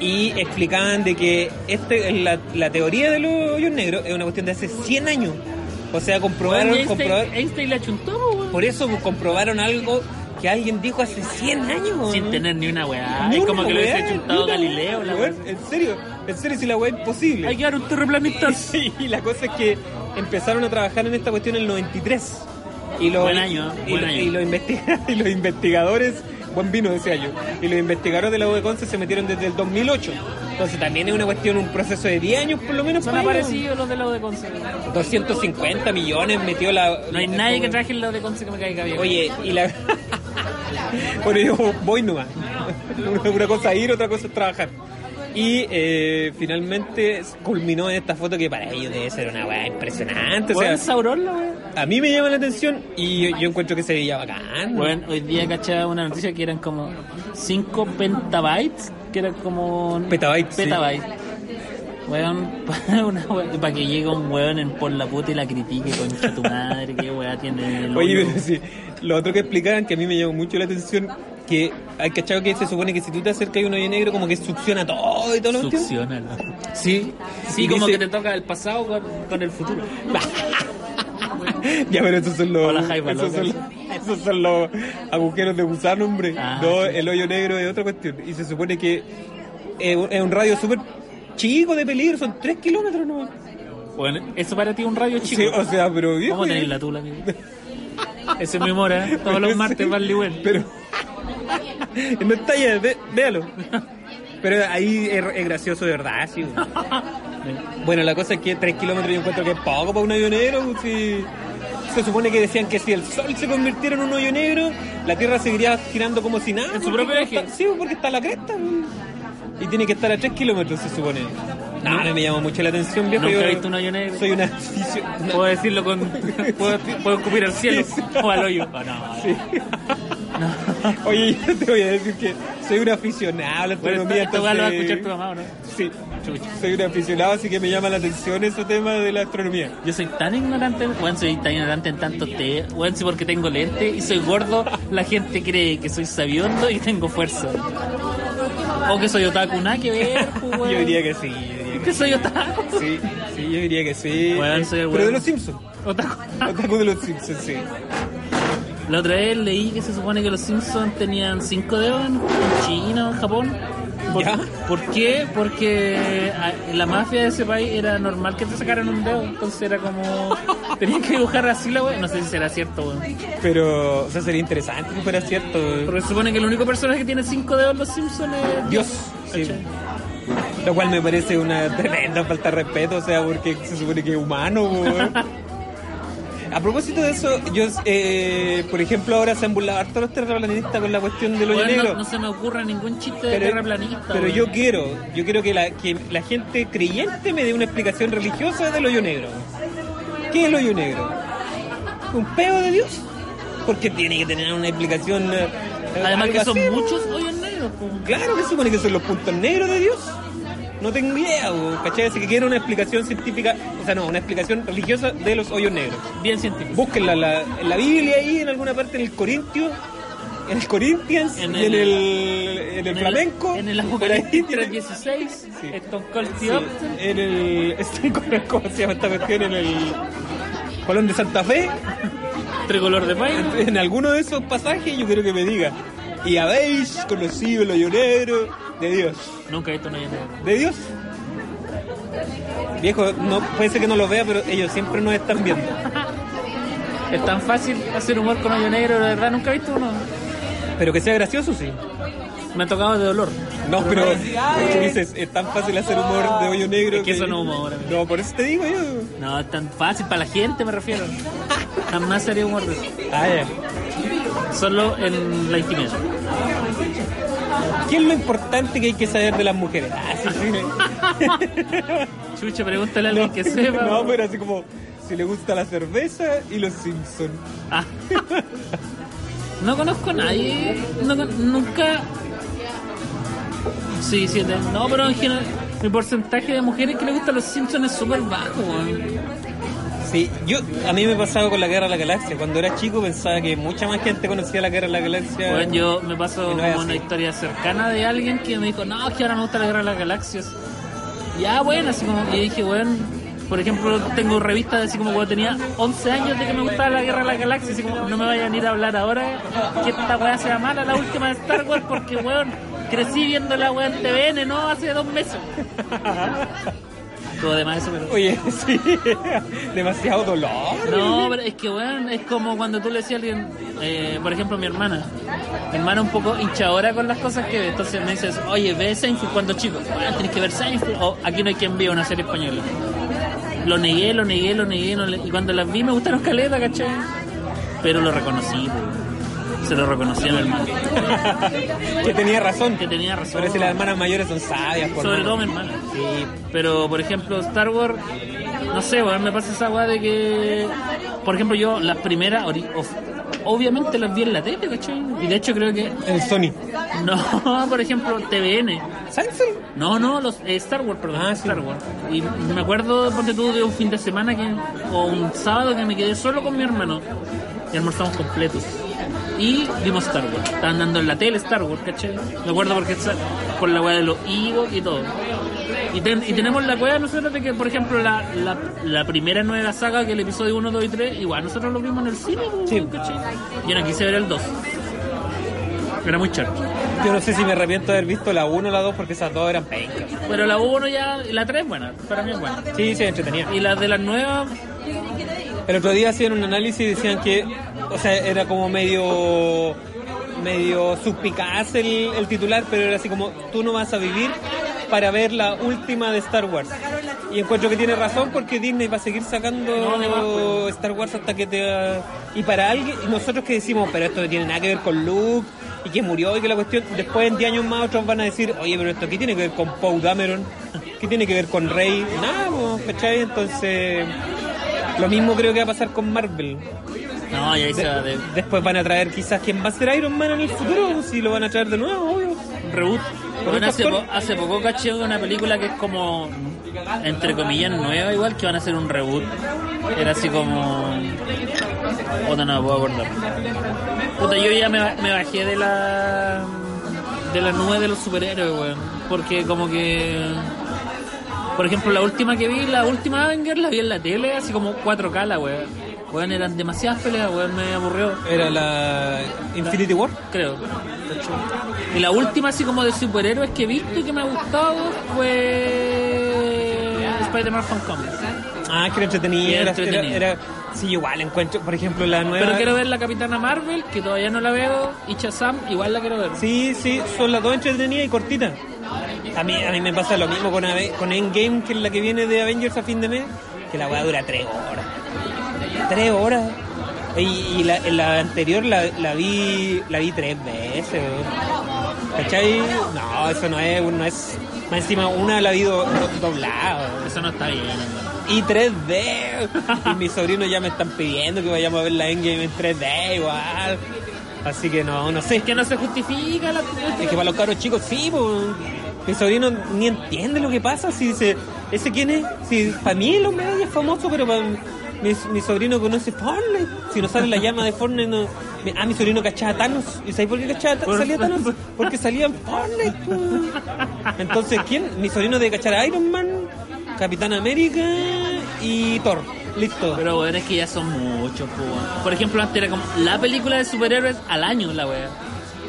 Speaker 2: Y explicaban de que este, la, la teoría de los hoyos negros es una cuestión de hace 100 años. O sea, comprobaron,
Speaker 3: Weón, este- Einstein,
Speaker 2: comprobar-
Speaker 3: Einstein la chuntó, weón,
Speaker 2: por eso comprobaron algo que alguien dijo hace 100 años.
Speaker 3: sin
Speaker 2: ¿no?
Speaker 3: tener ni una weá,
Speaker 2: Ni
Speaker 3: es
Speaker 2: una
Speaker 3: como que lo hubiese
Speaker 2: weá,
Speaker 3: chuntado
Speaker 2: ni una
Speaker 3: Galileo, la
Speaker 2: weá.
Speaker 3: weá.
Speaker 2: En serio, en serio, si la weá es imposible.
Speaker 3: Hay que dar un terraplanista.
Speaker 2: Sí, y la cosa es que empezaron a trabajar en esta cuestión en el 93. Y los,
Speaker 3: Buen año,
Speaker 2: y,
Speaker 3: buen
Speaker 2: lo-
Speaker 3: año.
Speaker 2: Y los, investiga- y los investigadores, buen vino decía yo, y los investigadores de la UDECONCE se metieron desde el 2008. Entonces también es una cuestión, un proceso de 10 años por lo menos.
Speaker 3: Son
Speaker 2: para ellos.
Speaker 3: aparecidos los de la de Conce.
Speaker 2: 250 millones metió la...
Speaker 3: No hay
Speaker 2: la-
Speaker 3: nadie que traje el lado de Conce que me caiga bien.
Speaker 2: Oye, y la... bueno, yo voy nomás. Una cosa es ir, otra cosa es trabajar. Y eh, finalmente culminó en esta foto que para ellos debe ser una weá impresionante. O este sea,
Speaker 3: Weón, Sauron, la weón.
Speaker 2: a mí me llama la atención y yo, yo encuentro que se veía bacán.
Speaker 3: Weón, hoy día cachaba una noticia que eran como 5 petabytes, que era como...
Speaker 2: Petabytes, sí.
Speaker 3: Petabytes. Weón, para, una weón- para que llegue un weón en por la puta y la critique, concha tu madre, qué weá tiene el
Speaker 2: Oye,
Speaker 3: hoyo.
Speaker 2: pero sí, lo otro que explicaban que a mí me llamó mucho la atención, que hay cachado que se supone que si tú te acercas a un hoyo negro como que succiona todo y todo lo que...
Speaker 3: Succionalo.
Speaker 2: Sí,
Speaker 3: Sí, como que te toca el pasado con, con el futuro.
Speaker 2: Ya, pero esos son los.
Speaker 3: Hola, Jaime,
Speaker 2: esos, son,
Speaker 3: loca.
Speaker 2: esos son los agujeros de gusano, hombre.
Speaker 3: Ah,
Speaker 2: no,
Speaker 3: sí.
Speaker 2: el hoyo negro es otra cuestión. Y se supone que es un, es un radio súper chico de peligro, son 3 kilómetros nomás.
Speaker 3: Bueno, eso para ti es un radio chico.
Speaker 2: Sí, o sea, pero bien.
Speaker 3: ¿Cómo tenés la tula, amigo? Ese es mi mora, ¿eh? todos los martes va al Liwen.
Speaker 2: Pero. no está ya, ve- véalo. Pero ahí es, es gracioso de verdad, sí. güey. Bueno, la cosa es que 3 kilómetros yo encuentro que es poco para un hoyo negro. pues, Si... Se supone que decían que si el sol se convirtiera en un hoyo negro, la Tierra seguiría girando como si nada.
Speaker 3: En su
Speaker 2: porque
Speaker 3: propio eje.
Speaker 2: está- Sí, porque está la cresta. güey. Y tiene que estar a 3 kilómetros, se supone. No, no me llama mucho la atención, viejo.
Speaker 3: Nunca
Speaker 2: yo
Speaker 3: he visto un hoyo negro.
Speaker 2: Soy una aficio- una-
Speaker 3: Puedo decirlo con. Puedo, puedo escupir al cielo
Speaker 2: Sí, sí.
Speaker 3: o al hoyo. Oh, no.
Speaker 2: Sí. Oye, yo te voy a decir que soy un aficionado a la
Speaker 3: Bueno,
Speaker 2: astronomía.
Speaker 3: esto, esto weá lo va a
Speaker 2: entonces-
Speaker 3: escuchar tu mamá, ¿o ¿no?
Speaker 2: Sí,
Speaker 3: Chucha.
Speaker 2: soy un aficionado, así que me llama la atención ese tema de la astronomía.
Speaker 3: Yo soy tan ignorante, weón, soy tan ignorante en tantos te, weón, si porque tengo lente y soy gordo, la gente cree que soy sabiondo y tengo fuerza. O que soy otaku, nada que ver, pues, weón.
Speaker 2: Yo diría que sí. yo diría que
Speaker 3: que soy otaku.
Speaker 2: Sí, sí, yo diría que sí.
Speaker 3: Weón, soy el
Speaker 2: Pero de
Speaker 3: weón.
Speaker 2: los Simpsons.
Speaker 3: Otaku.
Speaker 2: Otaku de los Simpsons, sí.
Speaker 3: La otra vez leí que se supone que los Simpsons tenían cinco dedos en en China o en Japón. ¿Por,
Speaker 2: ¿Ya?
Speaker 3: ¿por qué? Porque ah, en la mafia de ese país era normal que te sacaran un dedo. Entonces era como. Tenías que dibujar así la wea. No sé si será cierto, weón.
Speaker 2: Pero, o sea, sería interesante que fuera cierto.
Speaker 3: Porque se supone que el único personaje que tiene cinco dedos en los Simpsons es.
Speaker 2: Dios, sí.
Speaker 3: ¿cachai?
Speaker 2: Lo cual me parece una tremenda falta de respeto, o sea, porque se supone que es humano, weón. A propósito de eso, yo, eh, por ejemplo, ahora se han burlado harto los terraplanistas con la cuestión del hoyo
Speaker 3: Weón, no-
Speaker 2: negro.
Speaker 3: no, se me ocurre ningún chiste de
Speaker 2: pero
Speaker 3: terraplanista.
Speaker 2: pero
Speaker 3: weón.
Speaker 2: yo quiero, yo quiero que la, que la gente creyente me dé una explicación religiosa del hoyo negro. ¿Qué es el hoyo negro? ¿Un peo de Dios? Porque tiene que tener una explicación. eh,
Speaker 3: Además
Speaker 2: algo
Speaker 3: que son
Speaker 2: así, ¿no?
Speaker 3: muchos hoyos negros, pues.
Speaker 2: Claro que supone que son los puntos negros de Dios. No tengo idea, bo, ¿cachai? Así que quiero una explicación científica, o sea, no, una explicación religiosa de los hoyos negros.
Speaker 3: Bien científicos.
Speaker 2: Búsquenla en la, en la Biblia ahí, en alguna parte, en el Corintio, en el Corinthians,
Speaker 3: En
Speaker 2: y en
Speaker 3: el-
Speaker 2: el, en el flamenco.
Speaker 3: En el
Speaker 2: por ahí
Speaker 3: Apocalipsis
Speaker 2: tiene-
Speaker 3: 316,
Speaker 2: Sí.
Speaker 3: Stone Cold
Speaker 2: Sí,
Speaker 3: Steve Austin.
Speaker 2: en el. este, ¿Cómo se llama esta cuestión? En el. Colón de Santa Fe,
Speaker 3: Tricolor de país.
Speaker 2: en alguno de esos pasajes, yo quiero que me diga. Y habéis conocido el hoyo negro de Dios.
Speaker 3: Nunca he visto una llanera.
Speaker 2: de Dios. Viejo, no, puede ser que no lo vea, pero ellos siempre nos están viendo.
Speaker 3: Es tan fácil hacer humor con hoyo negro, la verdad, nunca he visto uno.
Speaker 2: Pero que sea gracioso, sí.
Speaker 3: Me ha tocado de dolor.
Speaker 2: No, pero tú dices, es tan fácil hacer humor de hoyo negro.
Speaker 3: Es que eso no es humor, amigo.
Speaker 2: No, por eso te digo yo.
Speaker 3: No, es tan fácil, para la gente me refiero. Jamás haría humor de eso.
Speaker 2: Ah, ya.
Speaker 3: Solo en la intimidad.
Speaker 2: ¿Qué es lo importante que hay que saber de las mujeres? Ah, sí, sí.
Speaker 3: Chucha, pregúntale a alguien que sepa.
Speaker 2: no, pero así como, si le gusta la cerveza y los Simpsons.
Speaker 3: Ah. No conozco a nadie. no con- nunca. Sí, siete. No, pero en general, mi porcentaje de mujeres que le gustan los Simpsons es súper bajo, weón.
Speaker 2: Sí, yo, a mí me pasaba con la Guerra de la Galaxia. Cuando era chico pensaba que mucha más gente conocía la Guerra de la Galaxia.
Speaker 3: Bueno, yo me paso
Speaker 2: Y no es
Speaker 3: como una
Speaker 2: así.
Speaker 3: historia cercana de alguien que me dijo, no, es que ahora me gusta la guerra de las galaxias. Ya, bueno, así como yo dije, bueno, por ejemplo, tengo revistas así como cuando tenía 11 años de que me gustaba la guerra de las galaxias, así como no me vayan a ir a hablar ahora que esta weá sea mala, la última de Star Wars, porque weón, crecí viendo la weá en TVN, ¿no? Hace dos meses. Todo demás eso, pero...
Speaker 2: Oye, sí, demasiado dolor.
Speaker 3: No, pero es que, weón, es como cuando tú le decías a alguien, eh, por ejemplo, mi hermana. Mi hermana un poco hinchadora con las cosas que ve. Entonces me dices, oye, ve Seinfeld cuando chico. Bueno, tienes que ver Seinfeld. O aquí no hay quien vea una serie española. Lo negué, lo negué, lo negué. no le- Y cuando las vi me gustaron caleta, ¿cachai? Pero lo reconocí, weón. se lo reconoció al hermano.
Speaker 2: que tenía razón.
Speaker 3: Que tenía razón.
Speaker 2: Pero si las hermanas mayores son sabias, por
Speaker 3: Sobre
Speaker 2: mano.
Speaker 3: todo mi hermana.
Speaker 2: Sí.
Speaker 3: Pero, por ejemplo, Star Wars, no sé, weón, me pasa esa weá de que. Por ejemplo, yo las primeras, ori- of- obviamente las vi en la tele, ¿cachai? Y de hecho creo que.
Speaker 2: En Sony.
Speaker 3: No, por ejemplo, TVN.
Speaker 2: ¿Sabes? sí?
Speaker 3: No, no, los eh, Star Wars, perdón,
Speaker 2: Ah, sí.
Speaker 3: Star Wars. Y me acuerdo, ponte tú, de un fin de semana que, o un sábado que me quedé solo con mi hermano y almorzamos completos. Y vimos Star Wars. Estaban dando en la tele Star Wars, ¿cachai? Me acuerdo porque sa- con la weá de los higos y todo. Y, ten- y tenemos la weá nosotros de que, por ejemplo, la, la, la primera nueva saga, que el episodio 1, 2 y 3, igual nosotros lo vimos en el cine, pues,
Speaker 2: Sí.
Speaker 3: ¿cachai? Yo no quise ver el 2. Era muy charco.
Speaker 2: Yo no sé si me arrepiento de haber visto la 1 o la 2 porque esas dos eran pencas.
Speaker 3: Pero la 1 ya, y la 3 buena, para mí es buena.
Speaker 2: Sí, se entretenía.
Speaker 3: Y las de las nuevas,
Speaker 2: El otro día hacían un análisis y decían que, o sea, era como medio medio suspicaz el, el titular, pero era así como, tú no vas a vivir para ver la última de Star Wars. Y encuentro que tiene razón porque Disney va a seguir sacando
Speaker 3: No, de más, pues.
Speaker 2: Star Wars hasta que te... Y para alguien, y nosotros que decimos, pero esto no tiene nada que ver con Luke y que murió y que la cuestión, después en 10 años más otros van a decir, oye, pero esto qué tiene que ver con Paul Dameron, qué tiene que ver con Rey, nada, pues, ¿cachai? Entonces... Lo mismo creo que va a pasar con Marvel.
Speaker 3: no, ya hice de
Speaker 2: Después van a traer quizás quién va a ser Iron Man en el futuro, si lo van a traer de nuevo, obvio.
Speaker 3: reboot. Bueno, hace,
Speaker 2: actor.
Speaker 3: po- hace poco caché una película que es como, entre comillas, nueva, igual que van a hacer un reboot. Era así como. Puta, no me puedo acordar. Puta, yo ya me, ba- me bajé de la. de la nube de los superhéroes, weón. Porque como que. Por ejemplo, la última que vi, la última Avenger, la vi en la tele, así como 4K, la weón. Weón, eran demasiadas peleas, weón, me aburrió.
Speaker 2: Era la Infinity War.
Speaker 3: creo. Y la última así como de superhéroes que he visto y que me ha gustado fue Spider-Man Homecoming.
Speaker 2: Ah, que era
Speaker 3: Sí,
Speaker 2: entretenida. Era,
Speaker 3: entretenida.
Speaker 2: era- era- sí, igual encuentro, por ejemplo, la nueva.
Speaker 3: Pero quiero ver la Capitana Marvel, que todavía no la veo, y Shazam, igual la quiero ver.
Speaker 2: Sí, sí, son las dos entretenidas y cortitas. A mí, a mí me pasa lo mismo con, Ave- con Endgame, que es la que viene de Avengers a fin de mes, que la weá dura tres horas. Tres horas. Y, y la, la anterior la, la vi la vi tres veces. weón. ¿Cachai? No, eso no es, no es. Más encima una la vi do- do- doblada. weón.
Speaker 3: Eso no está bien. weón.
Speaker 2: Y 3D. Y mis sobrinos ya me están pidiendo que vayamos a ver la Endgame en 3D igual. Así que no, no sé.
Speaker 3: Es que no se justifica la
Speaker 2: Es que para los caros chicos, sí, pues. Mi sobrino ni entiende lo que pasa. Si dice, ¿ese quién es? Si para mí el hombre araña es famoso, pero para mi, mi sobrino conoce Fortnite. Si no sale la llama de Fortnite, no. mi- Ah, mi sobrino cachaba a Thanos. ¿Y sabéis por qué cachaba a Ta-
Speaker 3: Por-
Speaker 2: salía Thanos? Porque salía en Fortnite, pues. Entonces, ¿quién? Mi sobrino debe cachar a Iron Man, Capitán América y Thor. Listo.
Speaker 3: Pero weón, es que ya son muchos, po, weón. Por ejemplo, antes era como la película de superhéroes al año, la wea.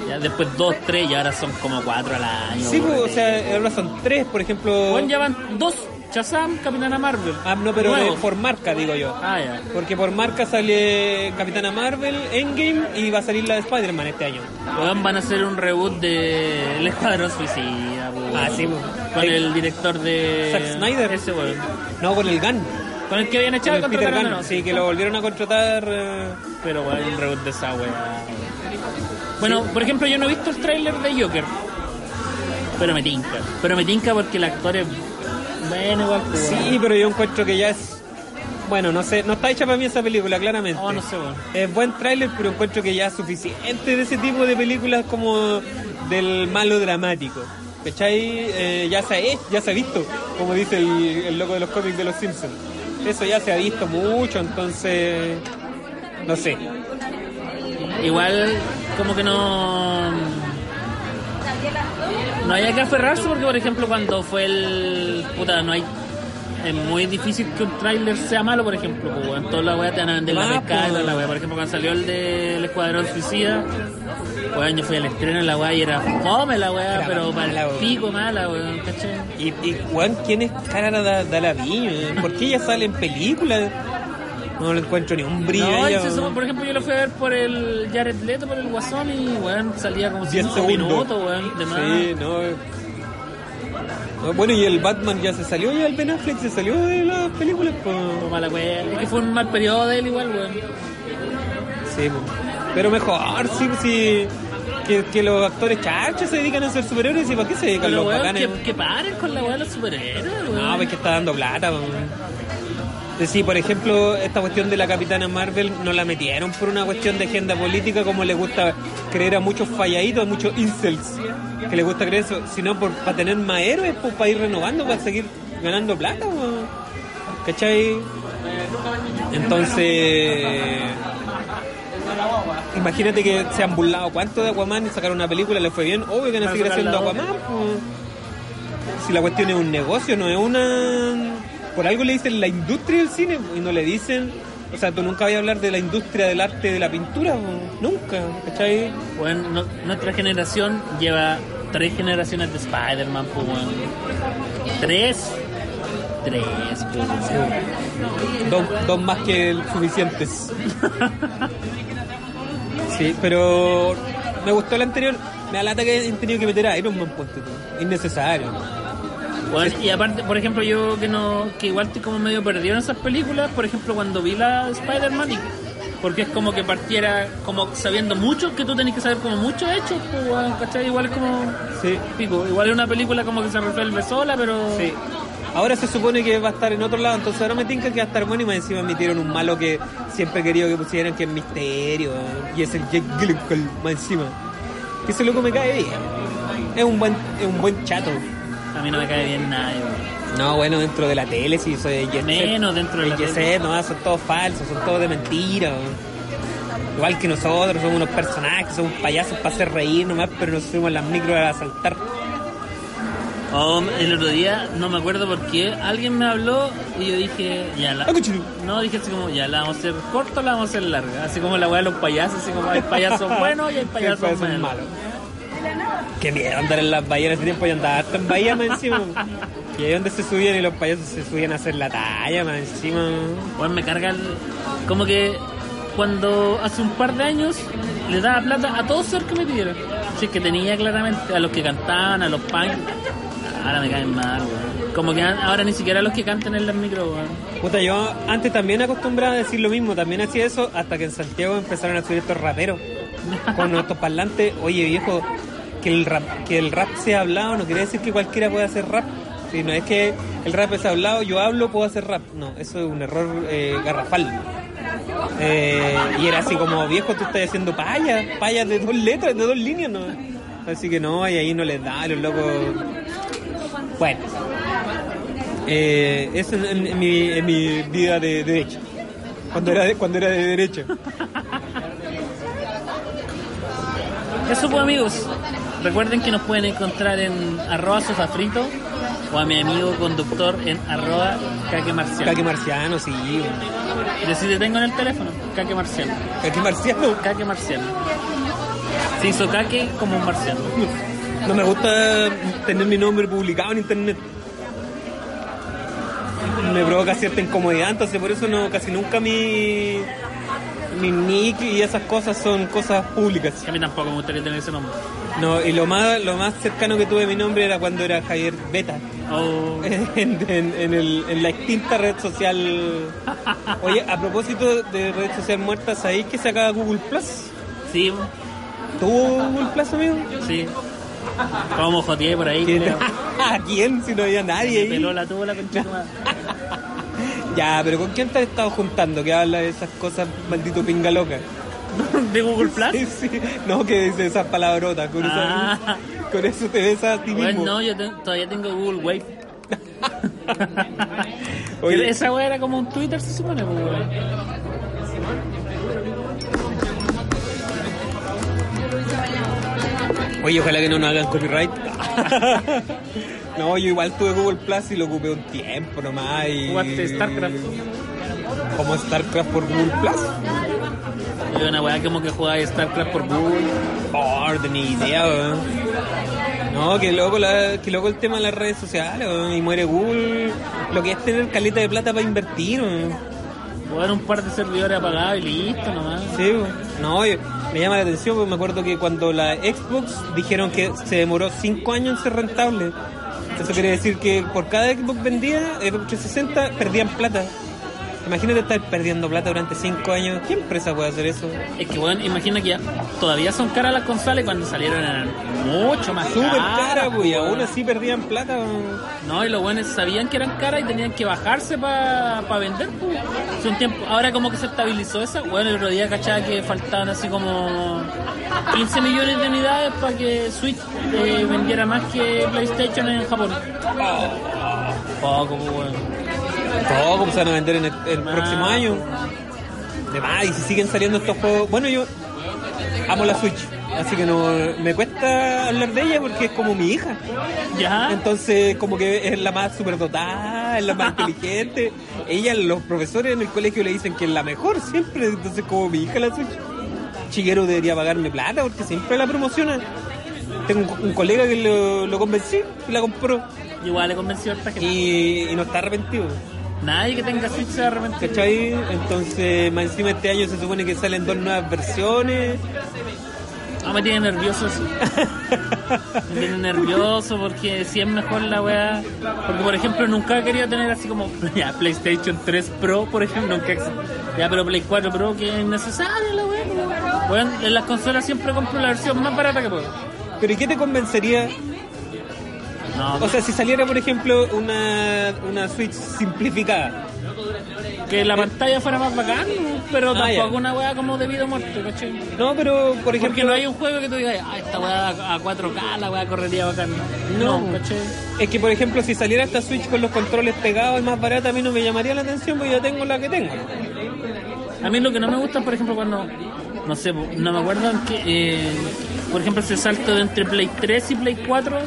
Speaker 3: Ya después dos, tres, y ahora son como cuatro al año.
Speaker 2: sí, pues, o
Speaker 3: weón.
Speaker 2: sea, ahora son tres, por ejemplo.
Speaker 3: Weón, ya van dos, Shazam, Capitana Marvel.
Speaker 2: Ah, no, pero de-
Speaker 3: Nuevo.
Speaker 2: por marca, digo yo.
Speaker 3: Ah, ya.
Speaker 2: Porque por marca sale Capitana Marvel, Endgame y va a salir la de Spider-Man este año.
Speaker 3: Weón, van a hacer un reboot de El Escuadrón Suicida, weón.
Speaker 2: Ah, sí, weón.
Speaker 3: Con el director de...
Speaker 2: Zack Snyder.
Speaker 3: Ese, weón.
Speaker 2: No, con el Gun.
Speaker 3: Con el que habían
Speaker 2: Con
Speaker 3: echado
Speaker 2: el Peter
Speaker 3: contrataron a
Speaker 2: Gunn.
Speaker 3: no.
Speaker 2: Sí, que lo volvieron a contratar. eh,
Speaker 3: Pero, weón, un reboot de esa, weón. Bueno, por ejemplo, yo no he visto el tráiler de Joker. Pero me tinca. Pero me tinca porque el actor es... Bueno, igual, pues,
Speaker 2: Sí,
Speaker 3: weón.
Speaker 2: pero yo encuentro que ya es. Bueno, no sé, no está hecha para mí esa película, claramente.
Speaker 3: Oh, no sé, weón.
Speaker 2: Es buen tráiler, pero encuentro que ya es suficiente de ese tipo de películas como del malo dramático. ¿Cachai? Eh, ya, se ha, hecho, ya se ha visto, como dice el, el loco de los cómics de los Simpsons. Eso ya se ha visto mucho, entonces. No sé.
Speaker 3: Igual, como que no. No hay que aferrarse porque, por ejemplo, cuando fue el. Puta, no hay. Es muy difícil que un tráiler sea malo, por ejemplo. Pues, weón. toda la weá te van a vender la
Speaker 2: Ah,
Speaker 3: pescada y toda la
Speaker 2: pues.
Speaker 3: weá. Por ejemplo, cuando salió el del Escuadrón Suicida, pues yo fui al estreno de la weá y era fome la weá,
Speaker 2: Era
Speaker 3: pero
Speaker 2: mala,
Speaker 3: para el
Speaker 2: weón.
Speaker 3: pico mala, weón, ¿cachai?
Speaker 2: Y, y weón, ¿quién es Cara da, Dalaviño? ¿Por qué ella sale en películas? No le encuentro ni un brillo.
Speaker 3: No,
Speaker 2: a
Speaker 3: y
Speaker 2: ella,
Speaker 3: se
Speaker 2: weón.
Speaker 3: supone- por ejemplo, yo lo fui a ver por el Jared Leto, por el Guasón, y weón, salía como
Speaker 2: 10
Speaker 3: cinco
Speaker 2: segundos.
Speaker 3: minutos, weón, de más.
Speaker 2: Sí, no. eh. No, Bueno, y el Batman ya se salió, ya el Ben Affleck se salió de las películas. po.
Speaker 3: Fue mala, weón. Es que fue un mal periodo de él igual, weón.
Speaker 2: Sí, po. Pero mejor, sí, sí. Que, que los actores chachos se dedican a ser superhéroes y para qué se dedican
Speaker 3: Pero,
Speaker 2: los
Speaker 3: weón,
Speaker 2: bacanes.
Speaker 3: que, que paren con la weá de los superhéroes,
Speaker 2: No,
Speaker 3: weón.
Speaker 2: pues que está dando plata. si Sí, por ejemplo, esta cuestión de la Capitana Marvel no la metieron por una cuestión de agenda política como le gusta creer a muchos falladitos, a muchos incels, que les gusta creer eso, sino por, para tener más héroes, pues, para ir renovando, para seguir ganando plata. weón. ¿Cachai? Entonces... Imagínate que se han burlado cuánto de Aquaman y sacaron una película, le fue bien, obvio que van a
Speaker 3: Para
Speaker 2: seguir
Speaker 3: sacar la
Speaker 2: haciendo
Speaker 3: otra.
Speaker 2: Aquaman. pues. Si la cuestión es un negocio, no es una... Por algo le dicen la industria del cine y no le dicen... O sea, tú nunca vas a hablar de la industria del arte de la pintura, po. nunca, ¿cachai?
Speaker 3: Weón, no- nuestra generación lleva tres generaciones de Spider-Man, pues, weón. Tres. Tres, pues, weón.
Speaker 2: Dos, dos más que el- suficientes. Sí, pero me gustó el anterior. Me da lata que han tenido que meter a Iron Man, ponte tú. Innecesario.
Speaker 3: Bueno, y aparte, por ejemplo, yo que no que igual estoy como medio perdido en esas películas, por ejemplo, cuando vi la Spider-Man, y- porque es como que partiera como sabiendo mucho, que tú tenés que saber como muchos hechos, pues, weón, ¿cachai? Igual es como...
Speaker 2: Sí.
Speaker 3: Pico, igual es una película como que se resuelve sola, pero...
Speaker 2: Sí. Ahora se supone que va a estar en otro lado, entonces ahora me tinca que va a estar bueno y más encima metieron un malo que siempre he querido que pusieran que es misterio y es el Jake Gyllenhaal más encima. Que ese loco me cae bien. Es un buen, es un buen chato.
Speaker 3: A mí no me cae bien nadie, weón.
Speaker 2: No, bueno, dentro de la tele sí soy jet set.
Speaker 3: Menos dentro de la
Speaker 2: El jet
Speaker 3: tele.
Speaker 2: set, no, son todos falsos, son todos de mentira. weón. Igual que nosotros, somos unos personajes, somos payasos para hacer reír nomás, pero nos subimos a las micros a saltar.
Speaker 3: Oh, el otro día, no me acuerdo por qué, alguien me habló y yo dije, ya la...
Speaker 2: Ah, cuchillo.
Speaker 3: No, dije así como, ya la vamos a hacer corta o la vamos a hacer larga. Así como la weá de los payasos, así como hay payasos buenos y hay payasos
Speaker 2: Siempre son
Speaker 3: malos.
Speaker 2: malos. Qué miedo andar en las bahías en ese tiempo y andaba harto en bahía más encima. y ahí donde se subían y los payasos se subían a hacer la talla más encima.
Speaker 3: Bueno, me carga el- Como que cuando hace un par de años le daba plata a todos ser que me pidieron. Sí, que tenía claramente a los que cantaban, a los punk. Ahora me caen mal, weón. Como que a- ahora ni siquiera los que cantan en las micro, weón.
Speaker 2: Puta, yo antes también acostumbraba a decir lo mismo, también hacía eso hasta que en Santiago empezaron a subir estos raperos con estos parlantes. Oye viejo, que el rap, que el rap sea hablado no quiere decir que cualquiera puede hacer rap. Si no es que el rap es hablado, yo hablo, puedo hacer rap. No, eso es un error eh, garrafal. Eh, y era así como, viejo, tú estás haciendo payas, payas de dos letras, de dos líneas, ¿no? Así que no, y ahí no les da, los locos... Bueno. Eh, eso en, en- en mi, en mi vida de derecha. Cuando era de, cuando era de derecha.
Speaker 3: Eso pues amigos. Recuerden que nos pueden encontrar en arroba sofafrito o a mi amigo conductor en arroba caque marcial.
Speaker 2: Caque marciano, sí. bueno.
Speaker 3: Y así te tengo en el teléfono, caque marcial.
Speaker 2: Caque marciano.
Speaker 3: Caque marcial. Se hizo caque como un marciano.
Speaker 2: No me gusta tener mi nombre publicado en internet. Me provoca cierta incomodidad, entonces por eso no casi nunca mi, mi nick y esas cosas son cosas públicas.
Speaker 3: Que a mí tampoco me gustaría tener ese nombre.
Speaker 2: No, y lo más lo más cercano que tuve a mi nombre era cuando era Javier Beta
Speaker 3: Oh,
Speaker 2: en, en- en el- en la extinta red social. Oye, a propósito de red social muerta, ¿sabéis que se acaba Google Plus?
Speaker 3: sí,
Speaker 2: ¿Tuvo Google Plus, amigo?
Speaker 3: sí. Como joteé por ahí,
Speaker 2: ¿Quién?
Speaker 3: creo.
Speaker 2: ¿A quién? Si no había nadie ahí.
Speaker 3: Peló la tuvo la conchita.
Speaker 2: Ya, pero ¿con quién te has estado juntando que habla de esas cosas, maldito pinga loca?
Speaker 3: ¿De Google Plus?
Speaker 2: Sí, sí. No, que dice esas palabrotas. Con, esa-
Speaker 3: Ah.
Speaker 2: con eso te besas a ti
Speaker 3: Bueno,
Speaker 2: mismo.
Speaker 3: no, yo te- todavía tengo Google Wave.
Speaker 2: Oye,
Speaker 3: Esa weá era como un Twitter, se supone, pues, weón.
Speaker 2: oye, ojalá que no nos hagan copyright. no, yo igual tuve Google Plus y lo ocupé un tiempo nomás. Y...
Speaker 3: Jugaste StarCraft.
Speaker 2: ¿Cómo StarCraft por Google Plus?
Speaker 3: Yo una weá como que jugaba StarCraft por Google.
Speaker 2: Por ni Oh, idea, weón. No, que loco, la, que loco el tema de las redes sociales, weón, Y muere Google. Lo que es tener caleta de plata para invertir, weón.
Speaker 3: Jugar un par de servidores apagados y listo nomás.
Speaker 2: Sí, weón. no, yo- me llama la atención porque me acuerdo que cuando la Xbox dijeron que se demoró 5 años en ser rentable. eh, Eso quiere decir que por cada Xbox vendida, Xbox 360, perdían plata. Imagínate estar perdiendo plata durante 5 años. ¿Qué empresa puede hacer eso?
Speaker 3: Es que, bueno, imagina que ya todavía son caras las consolas y cuando salieron eran mucho más
Speaker 2: Súper cara,
Speaker 3: caras.
Speaker 2: güey.
Speaker 3: po,
Speaker 2: Aún
Speaker 3: pues, weón.
Speaker 2: así perdían plata. weón.
Speaker 3: No, y los buenos sabían que eran caras y tenían que bajarse para vender. po. Hace un tiempo. Ahora como que se estabilizó esa. Bueno, el otro día cachaba que faltaban así como 15 millones de unidades para que Switch eh, vendiera más que PlayStation en Japón. Oh, Poco, po, weón.
Speaker 2: Todo como se van a vender en el, el
Speaker 3: Más.
Speaker 2: próximo año. De más, y si siguen saliendo estos juegos. Bueno, yo amo la Switch, así que no me cuesta hablar de ella porque es como mi hija.
Speaker 3: Ya.
Speaker 2: Entonces, como que es la más superdotada, es la más inteligente. Ella, los profesores en el colegio le dicen que es la mejor siempre, entonces como mi hija la Switch. Chiguero debería pagarme plata porque siempre la promociona. Tengo un, un colega que lo, lo convencí y la compró
Speaker 3: Igual le convenció harta gente.
Speaker 2: y, y no está arrepentido.
Speaker 3: Nadie que tenga Switch se realmente.
Speaker 2: ¿Cachai? Entonces, más encima este año se supone que salen dos nuevas versiones.
Speaker 3: No me tiene nervioso eso. Me tiene nervioso porque si es mejor la weá. Porque por ejemplo nunca he querido tener así como ya PlayStation 3 Pro, por ejemplo, nunca ex- Ya, pero Play 4 Pro que es necesario la weá. pero- Weón, en las consolas siempre compro la versión más barata que puedo.
Speaker 2: ¿Pero y qué te convencería?
Speaker 3: No,
Speaker 2: O sea, si saliera, por ejemplo, una, una Switch simplificada.
Speaker 3: que la pantalla fuera más bacán, pero
Speaker 2: Ah,
Speaker 3: tampoco
Speaker 2: ya.
Speaker 3: una weá como debido a muerte, ¿cachai?
Speaker 2: No, pero, por
Speaker 3: Porque
Speaker 2: ejemplo,
Speaker 3: no hay un juego que tú digas, ah, esta weá a 4K, la weá correría bacán. No,
Speaker 2: No.
Speaker 3: ¿cachai?
Speaker 2: es que, por ejemplo, si saliera esta Switch con los controles pegados y más barata, a mí no me llamaría la atención porque ya tengo la que tengo.
Speaker 3: A mí lo que no me gusta, por ejemplo, cuando, no sé, po, no me acuerdo en qué, eh, por ejemplo, ese salto de entre Play 3 y Play 4,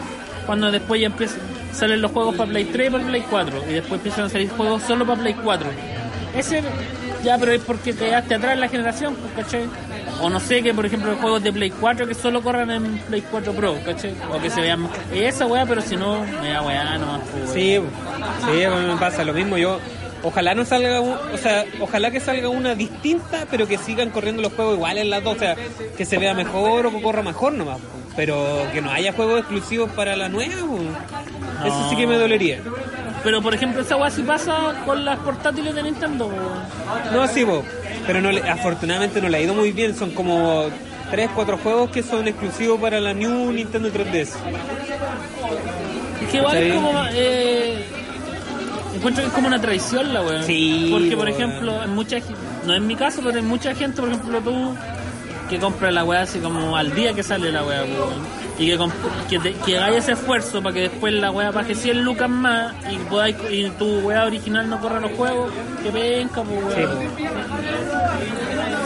Speaker 3: cuando después ya empiezan, salen los juegos para Play 3 y para Play 4, y después empiezan a salir juegos solo para Play 4. Ese, ya, pero es porque quedaste atrás en la generación, pues, ¿cachai? O no sé, que por ejemplo, juegos de Play 4 que solo corran en Play 4 Pro, ¿cachai? O que se vean más. Esa weá, pero si no, me da weá nomás, pues,
Speaker 2: Sí, sí, a mí me pasa lo mismo. Yo, ojalá no salga, un- o sea, ojalá que salga una distinta, pero que sigan corriendo los juegos iguales las dos, o sea, que se vea mejor o que corra mejor nomás, po. pero que no haya juegos exclusivos para la nueva. po. Eso sí que me dolería.
Speaker 3: Pero por ejemplo, esa weá sí pasa con las portátiles de Nintendo, pues.
Speaker 2: No, sí, po, pero no, le- afortunadamente no le ha ido muy bien. Son como tres, cuatro juegos que son exclusivos para la New Nintendo 3DS.
Speaker 3: Es que igual es
Speaker 2: ¿Cachai?
Speaker 3: como. Eh, encuentro que es como una traición la weón.
Speaker 2: Sí,
Speaker 3: Porque, por
Speaker 2: weón.
Speaker 3: ejemplo, en mucha gen- No en mi caso, pero en mucha gente, por ejemplo, tú. Que compra la weá así como al día que sale la weá, weón. Y que, comp- que, te- que hagáis ese esfuerzo para que después la weá baje 100 lucas más y, podáis, y tu weá original no corra los juegos. Que venga, pues
Speaker 2: Sí,
Speaker 3: weón.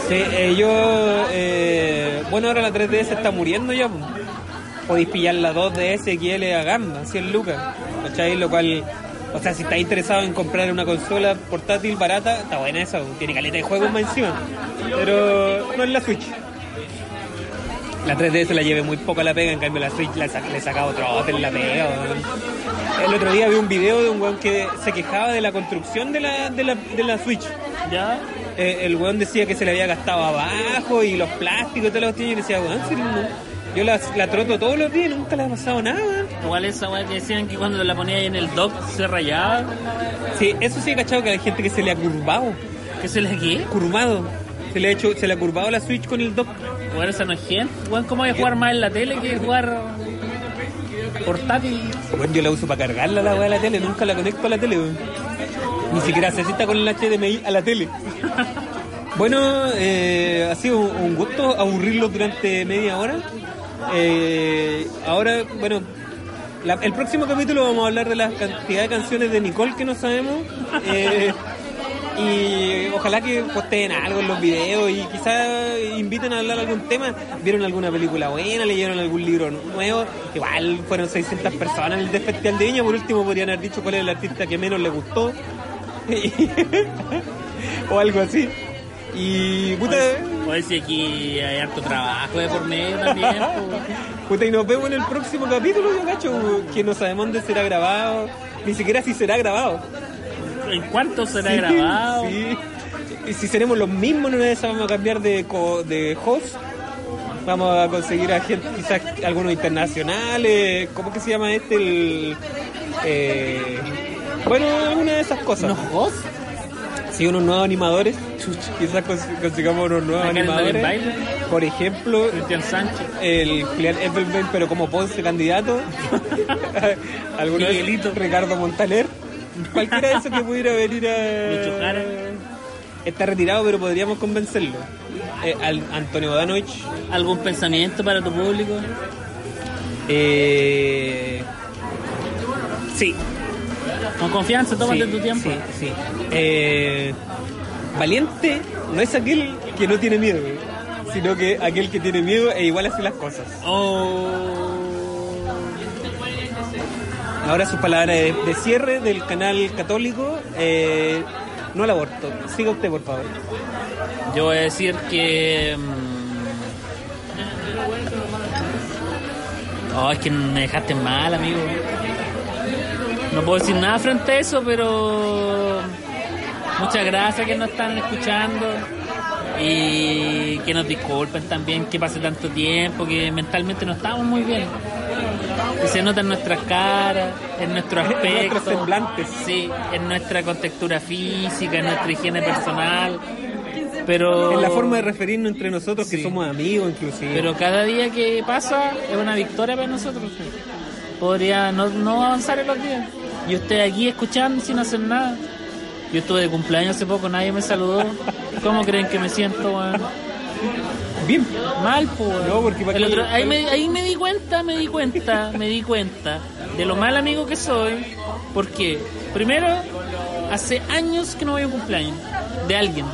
Speaker 2: Sí, eh, yo. eh, bueno, ahora la 3DS está muriendo ya. po. Podéis pillar la 2DS XL a gamba, 100 lucas. ¿Cachai? Lo cual. O sea, si estáis interesado en comprar una consola portátil barata, está buena esa. po. Tiene caleta de juegos más encima. Pero no es la Switch. La 3DS la llevé muy poco a la pega, en cambio la Switch la sa- le sacaba otro trote en la pega. weón. El otro día vi un video de un weón que se quejaba de la construcción de la, de la, de la Switch.
Speaker 3: Ya.
Speaker 2: Eh, el weón decía que se le había gastado abajo y los plásticos y todas las cuestiones. Y yo decía, weón, si no- yo la, la troto todos los días, nunca le ha pasado nada. weón".
Speaker 3: Igual esa weá que decían que cuando la ponía ahí en el dock se rayaba.
Speaker 2: Sí, eso sí he cachado que hay gente que se le ha curvado,
Speaker 3: Que se le qué?
Speaker 2: curvado. Se le ha hecho, se le ha curvado la Switch con el dock.
Speaker 3: Jugar esa no es gente. Weón, ¿cómo voy a jugar más en la tele que jugar portátil?
Speaker 2: Weón, yo la uso para cargarla la weá de la tele, nunca la conecto a la tele, weón. Ni siquiera se cita con el HDMI a la tele. Bueno, eh, ha sido un- un gusto aburrirlos durante media hora. Eh, ahora, bueno, la- el próximo capítulo vamos a hablar de la cantidad de canciones de Nicole que no sabemos. Eh, y ojalá que posteen algo en los videos y quizás inviten a hablar algún tema. ¿Vieron alguna película buena? ¿Leyeron algún libro nuevo? Igual fueron 600 personas en el Festival de Viña. Por último, podrían haber dicho cuál es el artista que menos les gustó. o algo así. Y puta,
Speaker 3: Oye, si aquí hay harto trabajo de por medio también. po.
Speaker 2: puta, y nos vemos en el próximo capítulo, yo cacho, que no sabemos dónde será grabado, ni siquiera si será grabado.
Speaker 3: ¿En cuánto será
Speaker 2: Sí,
Speaker 3: grabado?
Speaker 2: Sí. Y si seremos los mismos, no vez vamos a cambiar de, co- de host. Vamos a conseguir a gente, quizás algunos internacionales. ¿Cómo que se llama este? El, eh, bueno, alguna de esas cosas.
Speaker 3: ¿Unos hosts?
Speaker 2: Sí, unos nuevos animadores. Chucha, Quizás cons- consigamos unos nuevos
Speaker 3: La Karen
Speaker 2: animadores.
Speaker 3: Baile.
Speaker 2: Por ejemplo,
Speaker 3: Cristian Sánchez.
Speaker 2: el Julián Eppelbein, pero como Ponce candidato. Algunos
Speaker 3: Miguelito.
Speaker 2: Ricardo Montaner. Cualquiera de esos que pudiera venir a.
Speaker 3: Lucho Jara.
Speaker 2: Está retirado, pero podríamos convencerlo. Eh, al Antonio Bodanovich.
Speaker 3: ¿Algún pensamiento para tu público?
Speaker 2: Eh, Sí,
Speaker 3: Con confianza, tómate
Speaker 2: sí,
Speaker 3: tu tiempo.
Speaker 2: Sí, sí. Eh, valiente no es aquel que no tiene miedo, sino que aquel que tiene miedo e igual hace las cosas.
Speaker 3: Oh.
Speaker 2: Ahora sus palabras de, de cierre del canal católico. eh, no al aborto. Siga usted, por favor.
Speaker 3: Yo voy a decir que. mm, Oh, es que me dejaste mal, amigo. No puedo decir nada frente a eso, pero. Muchas gracias que nos están escuchando. Y que nos disculpen también que pase tanto tiempo, que mentalmente no estamos muy bien. Y se nota en nuestras caras, en nuestro
Speaker 2: En
Speaker 3: aspecto.
Speaker 2: nuestros semblantes.
Speaker 3: Sí, en nuestra contextura física, en nuestra higiene personal. Pero.
Speaker 2: En la forma de referirnos entre nosotros, que
Speaker 3: Oh. Sí.
Speaker 2: somos amigos, inclusive.
Speaker 3: Pero cada día que pasa es una victoria para nosotros. Podría no, no avanzar en los días. Yo estoy aquí escuchando sin hacer nada. Yo estuve de cumpleaños hace poco, nadie me saludó. ¿Cómo creen que me siento, weón?
Speaker 2: Bien.
Speaker 3: Mal, po, weón.
Speaker 2: No, porque para
Speaker 3: El
Speaker 2: qué-
Speaker 3: otro- ahí, me, ahí me di cuenta, me di cuenta, me di cuenta de lo mal amigo que soy. Porque, primero, hace años que no voy a un cumpleaños de alguien.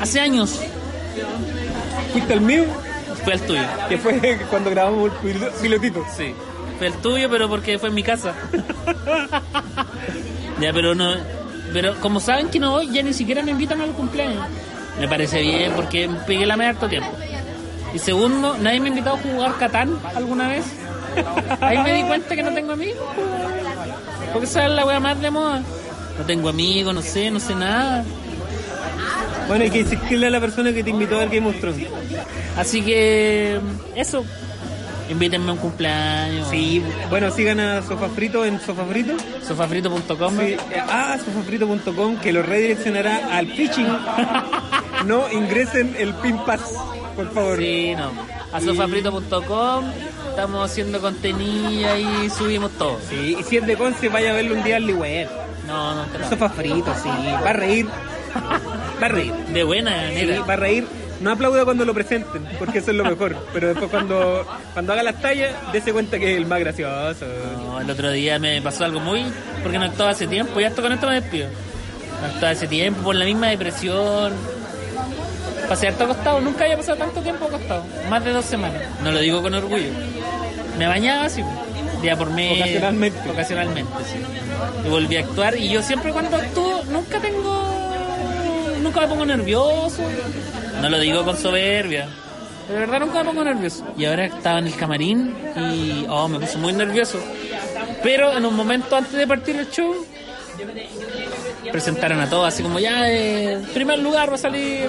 Speaker 3: Hace años
Speaker 2: Fuiste al mío,
Speaker 3: fue el tuyo.
Speaker 2: que fue cuando grabamos el pil- pilotito.
Speaker 3: Sí. Fue el tuyo, pero porque fue en mi casa. ya, pero no. Pero como saben que no voy, ya ni siquiera me invitan al cumpleaños. Me parece bien porque pegué la media harto tiempo. Y segundo, nadie me ha invitado a jugar Catán alguna vez. Ahí me di cuenta que no tengo amigos. pues. Porque esa es la wea más de moda. No tengo amigos, no sé, no sé nada.
Speaker 2: Bueno, hay que decirle a la persona que te invitó al Game of Thrones.
Speaker 3: Así que eso. Invítenme a un cumpleaños.
Speaker 2: Sí, bueno, sigan a Sofá Frito en Sofá Frito.
Speaker 3: Sofafrito.com.
Speaker 2: Sí, eh, ah, sofafrito.com que lo redireccionará al pitching. No ingresen el pin pass, por favor.
Speaker 3: Sí, no. A sofafrito.com estamos haciendo contenido y subimos todo.
Speaker 2: Sí, y si es de Conce, vaya a verlo un día al Liweb.
Speaker 3: No, no, te la-
Speaker 2: Sofá Frito, sí. Va a reír. Va a reír.
Speaker 3: De buena
Speaker 2: Sí,
Speaker 3: manera.
Speaker 2: va a reír. No aplauda cuando lo presenten, porque eso es lo mejor. Pero después cuando, cuando haga las tallas, dése cuenta que es el más gracioso.
Speaker 3: No, el otro día me pasó algo muy. porque no estaba hace tiempo, ya esto con esto me despido. No estaba hace tiempo, por la misma depresión. Pasé harto acostado, nunca había pasado tanto tiempo acostado. Más de dos semanas. No lo digo con orgullo. Me bañaba así, día por mes.
Speaker 2: Ocasionalmente.
Speaker 3: Ocasionalmente, sí. Y volví a actuar. Y yo siempre cuando actúo, nunca tengo. Nunca me pongo nervioso. No lo digo con soberbia. De verdad nunca me pongo nervioso. Y ahora estaba en el camarín y oh, me puse muy nervioso. Pero en un momento antes de partir el show, presentaron a todos así como ya, eh, primer lugar va a salir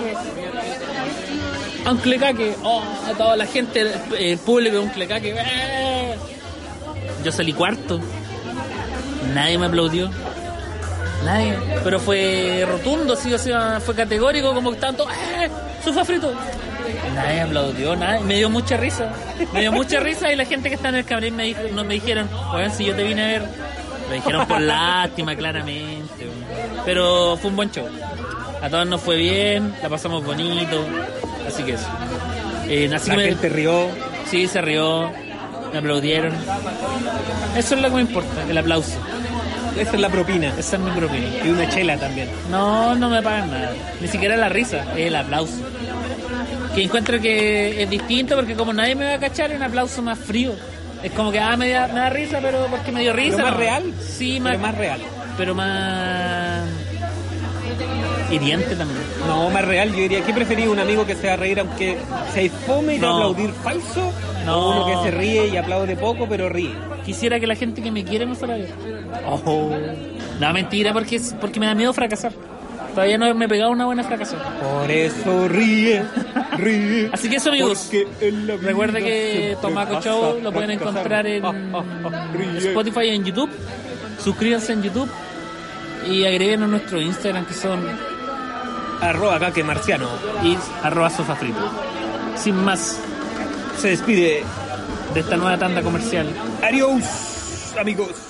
Speaker 3: Anclecaque. Oh, a toda la gente, eh, el público de Anclecaque. eh. Yo salí cuarto. Nadie me aplaudió. Nadie. Pero fue rotundo, sí, o sea, fue categórico, como que estaban todos, ¡eh! ¡Sofá frito! Nadie aplaudió, nadie. Me dio mucha risa. Me dio mucha risa y la gente que está en el camarín me dijo, no me dijeron, oigan, si yo te vine a ver. Me dijeron por lástima, claramente. weón. Pero fue un buen show. A todos nos fue bien, la pasamos bonito. Así que eso. Eh, así
Speaker 2: La
Speaker 3: que me-
Speaker 2: gente rió.
Speaker 3: Sí, se rió, me aplaudieron. Eso es lo que me importa, el aplauso.
Speaker 2: Esa es la propina.
Speaker 3: Esa es mi propina.
Speaker 2: Y una chela también.
Speaker 3: No, no me pagan nada. Ni siquiera la risa, es el aplauso. Que encuentro que es distinto porque como nadie me va a cachar, es un aplauso más frío. Es como que, ah, me da, me da risa, pero porque me dio risa.
Speaker 2: más
Speaker 3: ¿no?
Speaker 2: real.
Speaker 3: Sí,
Speaker 2: Pero
Speaker 3: más,
Speaker 2: más real.
Speaker 3: Pero más... Hiriente también.
Speaker 2: No, más real, yo diría, ¿qué preferís? ¿Un amigo que se va a reír aunque se fome y te va a
Speaker 3: No.
Speaker 2: aplaudir falso?
Speaker 3: No.
Speaker 2: ¿O uno que se ríe y aplaude poco pero ríe?
Speaker 3: Quisiera que la gente que me quiere me fuera bien. Oh. No, mentira, porque, es- porque me da miedo fracasar. Todavía no me he pegado una buena fracasada.
Speaker 2: Por eso ríe, ríe.
Speaker 3: Así que eso, amigos.
Speaker 2: porque en la vida
Speaker 3: Recuerda que
Speaker 2: siempre
Speaker 3: Tomaco
Speaker 2: pasa
Speaker 3: Show lo pueden
Speaker 2: fracasar.
Speaker 3: encontrar en
Speaker 2: Ah, ah, ah, ríe.
Speaker 3: Spotify y en YouTube. Suscríbanse en YouTube y agréguenos a nuestro Instagram que son
Speaker 2: arroba caque marciano.
Speaker 3: y arroba sofafrito. Sin más
Speaker 2: Se despide.
Speaker 3: de esta nueva tanda comercial.
Speaker 2: Adiós, amigos.